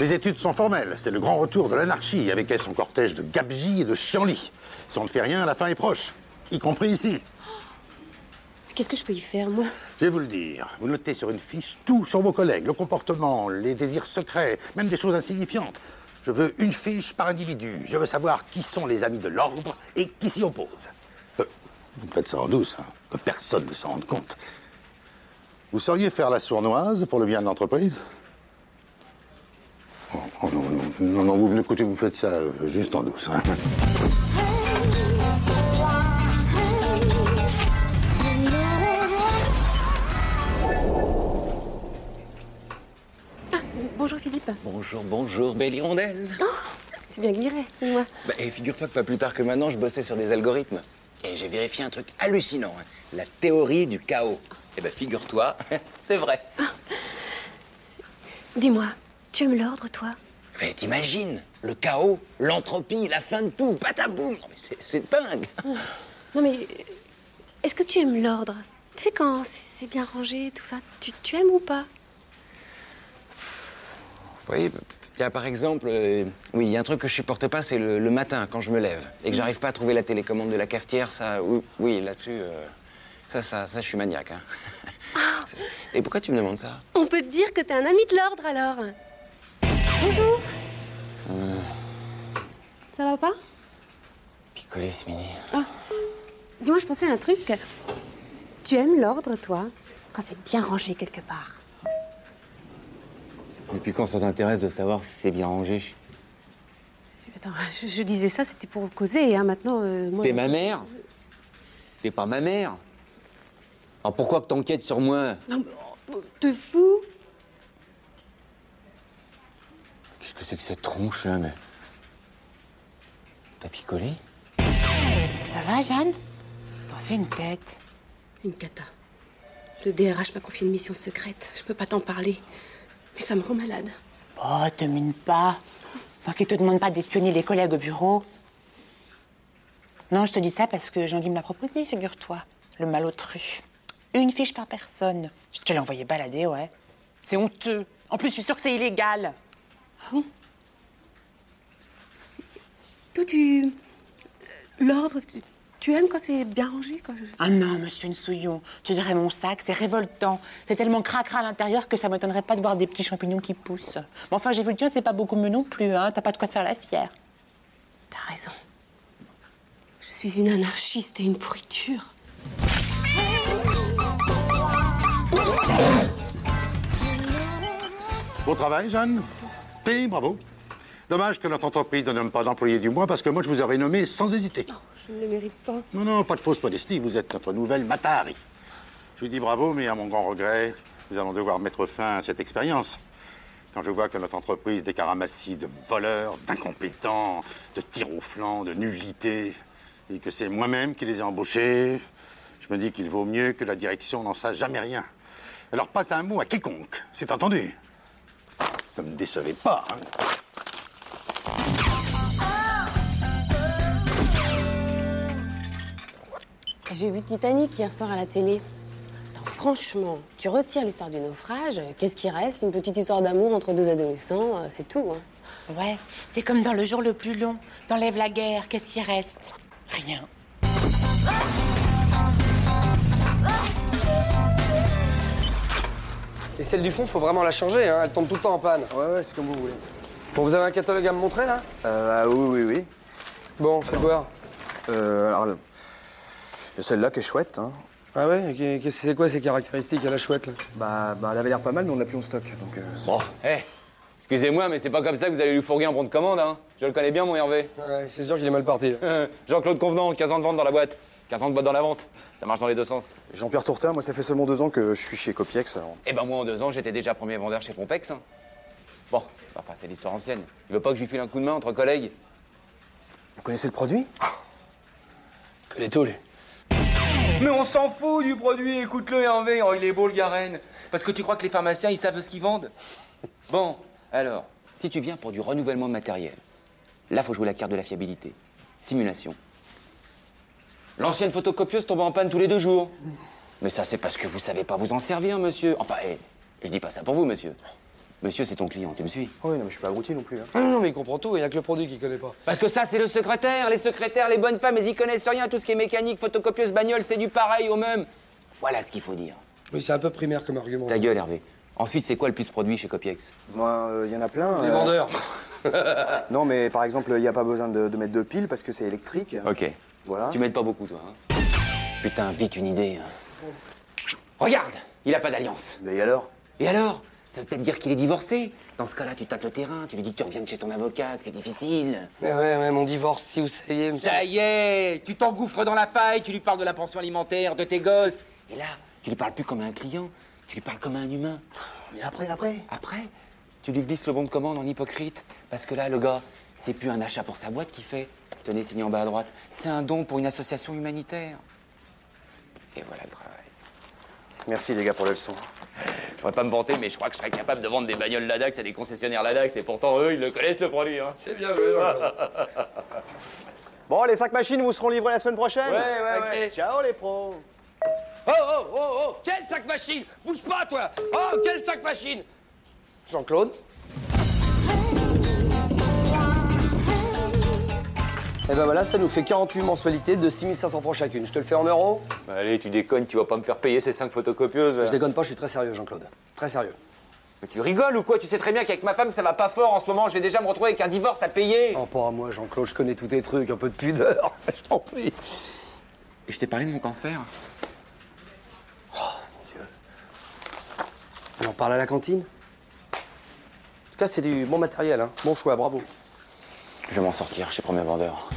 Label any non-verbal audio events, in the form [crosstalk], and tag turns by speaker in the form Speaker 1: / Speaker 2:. Speaker 1: Les études sont formelles. C'est le grand retour de l'anarchie, avec elle son cortège de gabegies et de chienlits. Si on ne fait rien, la fin est proche. Y compris ici.
Speaker 2: Qu'est-ce que je peux y faire, moi
Speaker 1: Je vais vous le dire. Vous notez sur une fiche tout sur vos collègues, le comportement, les désirs secrets, même des choses insignifiantes. Je veux une fiche par individu. Je veux savoir qui sont les amis de l'ordre et qui s'y opposent. Euh, vous faites ça en douce, hein, que personne ne s'en rende compte. Vous sauriez faire la sournoise pour le bien de l'entreprise Oh, oh, non, non, non, non, vous, écoutez, vous faites ça euh, juste en douce. hein.
Speaker 2: Bonjour Philippe.
Speaker 3: Bonjour, bonjour, belle hirondelle.
Speaker 2: C'est bien guiré, moi.
Speaker 3: Bah, et figure-toi que pas plus tard que maintenant, je bossais sur des algorithmes. Et j'ai vérifié un truc hallucinant, hein, la théorie du chaos. Et bah figure-toi, [laughs] c'est vrai.
Speaker 2: Dis-moi, tu aimes l'ordre, toi
Speaker 3: Mais t'imagines, le chaos, l'entropie, la fin de tout, pataboum Non, mais c'est- C'est dingue
Speaker 2: Non, mais. euh, Est-ce que tu aimes l'ordre Tu sais, quand c'est c'est bien rangé, tout ça, tu, tu aimes ou pas
Speaker 3: Vous voyez, il y a par exemple, euh, oui, il y a un truc que je supporte pas, c'est le, le matin, quand je me lève, et que j'arrive pas à trouver la télécommande de la cafetière, ça, oui, oui, là-dessus, euh, ça, ça, ça, je suis maniaque. hein. [laughs] et pourquoi tu me demandes ça
Speaker 2: On peut te dire que t'es un ami de l'ordre, alors. Bonjour.
Speaker 3: Euh.
Speaker 2: Ça va pas
Speaker 3: Picolé, c'est mini.
Speaker 2: Dis-moi, je pensais à un truc. Tu aimes l'ordre, toi Quand c'est bien rangé quelque part.
Speaker 3: Depuis quand ça t'intéresse de savoir si c'est bien rangé
Speaker 2: Attends, je, je disais ça, c'était pour causer, hein, maintenant. euh, moi-
Speaker 3: T'es ma mère T'es pas ma mère Alors pourquoi que t'enquêtes sur moi
Speaker 2: Non, mais, oh, Te fous
Speaker 3: Qu'est-ce que c'est que cette tronche là, mais. T'as picolé
Speaker 4: Ça va, Jeanne T'en fais une tête.
Speaker 2: Une cata. Le DRH m'a confié une mission secrète. Je peux pas t'en parler. Mais ça me rend malade.
Speaker 4: Oh, te mine pas. Tant qu'il te demande pas d'espionner les collègues au bureau. Non, je te dis ça parce que Jean-Guy me l'a proposé, figure-toi. Le malotru. Une fiche par personne. Je te l'ai envoyé balader, ouais. C'est honteux. En plus, je suis sûre que c'est illégal.
Speaker 2: Toi, tu. euh, L'ordre, tu... tu aimes quand c'est bien rangé quand je-
Speaker 4: Ah non, monsieur une souillon. Tu dirais mon sac, c'est révoltant. C'est tellement cracra à l'intérieur que ça m'étonnerait pas de voir des petits champignons qui poussent. Mais enfin, j'ai vu le tien, c'est pas beaucoup mieux non plus, hein. T'as pas de quoi faire la fière.
Speaker 2: T'as raison. Je suis une anarchiste et une pourriture.
Speaker 1: Bon travail, Jeanne. Et bravo. Dommage que notre entreprise ne nomme pas d'employé du mois parce que moi, je vous aurais nommé sans hésiter.
Speaker 2: Je ne le mérite pas.
Speaker 1: Non, non, pas de fausse modestie, vous êtes notre nouvelle Matari. Je vous dis bravo, mais à mon grand regret, nous allons devoir mettre fin à cette expérience. Quand je vois que notre entreprise décaramassie de voleurs, d'incompétents, de tirs au flanc, de nullités, et que c'est moi-même qui les ai embauchés, je me dis qu'il vaut mieux que la direction n'en sache jamais rien. Alors passe un mot à quiconque, c'est entendu. Ne me décevez pas. hein.
Speaker 5: J'ai vu Titanic hier soir à la télé. Attends, franchement, tu retires l'histoire du naufrage, euh, qu'est-ce qui reste Une petite histoire d'amour entre deux adolescents, euh, c'est tout. hein.
Speaker 4: Ouais, c'est comme dans le jour le plus long. T'enlèves la guerre, qu'est-ce qui reste Rien.
Speaker 6: Et celle du fond, faut vraiment la changer, hein. elle tombe tout le temps en panne. Ouais, ouais, c'est comme vous voulez. Bon, vous avez un catalogue à me montrer là
Speaker 7: Euh, ah oui, oui, oui.
Speaker 6: Bon, faites voir.
Speaker 7: Euh, alors, le- il y a celle-là qui est chouette. Hein.
Speaker 6: Ah ouais et qu'est- qu'est-ce que c'est quoi ces caractéristiques à la chouette là
Speaker 7: Bah, bah, elle avait l'air pas mal, mais on l'a plus en stock. Donc, euh,
Speaker 3: Bon, hé Excusez-moi, mais c'est pas comme ça que vous allez lui fourguer un bon de commande, hein Je le connais bien, mon Hervé.
Speaker 6: Ouais, c'est sûr qu'il est mal parti. là.
Speaker 3: [laughs] Jean-Claude Convenant, 15 ans de vente dans la boîte. 15 ans de boîte dans la vente. Ça marche dans les deux sens.
Speaker 7: Jean-Pierre Tourtin, moi, ça fait seulement deux ans que je suis chez Copiex, alors.
Speaker 3: Eh ben moi, en deux ans, j'étais déjà premier vendeur chez Pompex. hein. Bon, enfin, c'est l'histoire ancienne. Tu veux pas que je lui file un coup de main entre collègues
Speaker 7: Vous connaissez le produit
Speaker 6: Ah
Speaker 3: Connais tout, lui.
Speaker 7: Ah
Speaker 3: Mais on s'en fout du produit, écoute-le, Hervé. Oh, il est beau, le Garenne. Parce que tu crois que les pharmaciens, ils savent ce qu'ils vendent Bon, alors, si tu viens pour du renouvellement de matériel, là, faut jouer la carte de la fiabilité. Simulation. L'ancienne photocopieuse tombe en panne tous les deux jours. Mais ça, c'est parce que vous savez pas vous en servir, monsieur. Enfin, hé, je dis pas ça pour vous, monsieur. Monsieur, c'est ton client, tu me suis
Speaker 7: Oui, non, mais je suis pas abruti non plus. hein.
Speaker 3: Ah non, mais il comprend tout, il n'y a que le produit qu'il connaît pas. Parce que ça, c'est le secrétaire, les secrétaires, les bonnes femmes, elles y connaissent rien, tout ce qui est mécanique, photocopieuse, bagnole, c'est du pareil au même. Voilà ce qu'il faut dire.
Speaker 6: Oui, c'est un peu primaire comme argument.
Speaker 3: Ta gueule, Hervé. Ensuite, c'est quoi le plus produit chez Copiex
Speaker 7: Moi, il y en a plein.
Speaker 6: Les
Speaker 7: euh,
Speaker 6: vendeurs.
Speaker 7: [laughs] non, mais par exemple, il n'y a pas besoin de, de mettre deux piles parce que c'est électrique.
Speaker 6: Euh,
Speaker 3: Ok.
Speaker 7: Voilà.
Speaker 3: Tu m'aides pas beaucoup, toi. hein. Putain, vite une idée. hein. Regarde, il a pas d'alliance.
Speaker 7: Mais alors
Speaker 3: Et alors Ça veut peut-être dire qu'il est divorcé. Dans ce cas-là, tu tâtes le terrain, tu lui dis que tu reviens de chez ton avocat, que c'est difficile.
Speaker 6: Mais ouais, ouais, mon divorce, si vous saviez. monsieur.
Speaker 3: Ça y est, tu t'engouffres dans la faille, tu lui parles de la pension alimentaire, de tes gosses. Et là, tu lui parles plus comme à un client, tu lui parles comme à un humain.
Speaker 7: Oh, Mais après, après
Speaker 3: Après, tu lui glisses le bon de commande en hypocrite, parce que là, le gars, c'est plus un achat pour sa boîte qu'il fait. Tenez, signé en bas à droite. C'est un don pour une association humanitaire. Et voilà le travail.
Speaker 7: Merci les gars pour la leçon.
Speaker 3: Je pourrais pas me vanter, mais je crois que je serais capable de vendre des bagnoles Ladax à des concessionnaires Ladax, et pourtant, eux, ils le connaissent, le produit. Hein.
Speaker 8: C'est bien joué,
Speaker 9: Bon, les 5 machines vous seront livrées la semaine prochaine
Speaker 8: Ouais, ouais, ouais.
Speaker 9: Ciao les pros
Speaker 8: Oh, oh, oh, oh Quel sac machine Bouge pas, toi Oh, quel sac machine
Speaker 6: Jean-Claude Et Eh ben voilà, ça nous fait 48 mensualités de 6500 francs chacune. Je te le fais en euros
Speaker 3: Bah, allez, tu déconnes, tu vas pas me faire payer ces cinq photocopieuses.
Speaker 6: Je déconne pas, je suis très sérieux, Jean-Claude. Très sérieux.
Speaker 3: Mais tu rigoles ou quoi Tu sais très bien qu'avec ma femme, ça va pas fort en ce moment. Je vais déjà me retrouver avec un divorce à payer.
Speaker 6: Oh, pas à moi, Jean-Claude, je connais tous tes trucs, un peu de pudeur, [laughs] je t'en prie.
Speaker 3: Et je t'ai parlé de mon cancer
Speaker 6: Oh, On en parle à la cantine En tout cas, c'est du bon matériel, hein. bon choix, bravo.
Speaker 3: Je vais m'en sortir, je suis premier vendeur.